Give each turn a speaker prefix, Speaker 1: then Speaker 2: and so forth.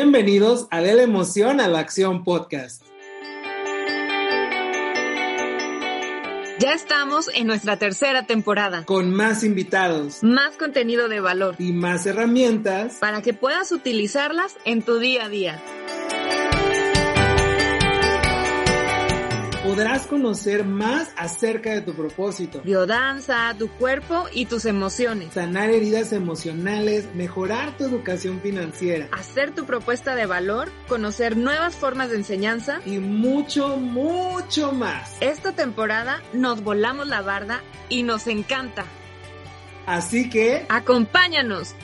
Speaker 1: Bienvenidos a De la Emoción a la Acción Podcast.
Speaker 2: Ya estamos en nuestra tercera temporada,
Speaker 1: Con más invitados
Speaker 2: más contenido de valor,
Speaker 1: y más herramientas,
Speaker 2: para que puedas utilizarlas en tu día a día.
Speaker 1: podrás conocer más acerca de tu propósito,
Speaker 2: Biodanza, tu cuerpo y tus emociones.
Speaker 1: sanar heridas emocionales, mejorar tu educación financiera
Speaker 2: Hacer tu propuesta de valor, conocer nuevas formas de enseñanza.
Speaker 1: y mucho, mucho más.
Speaker 2: Esta temporada nos volamos la barda y nos encanta.
Speaker 1: Así que,
Speaker 2: Acompáñanos.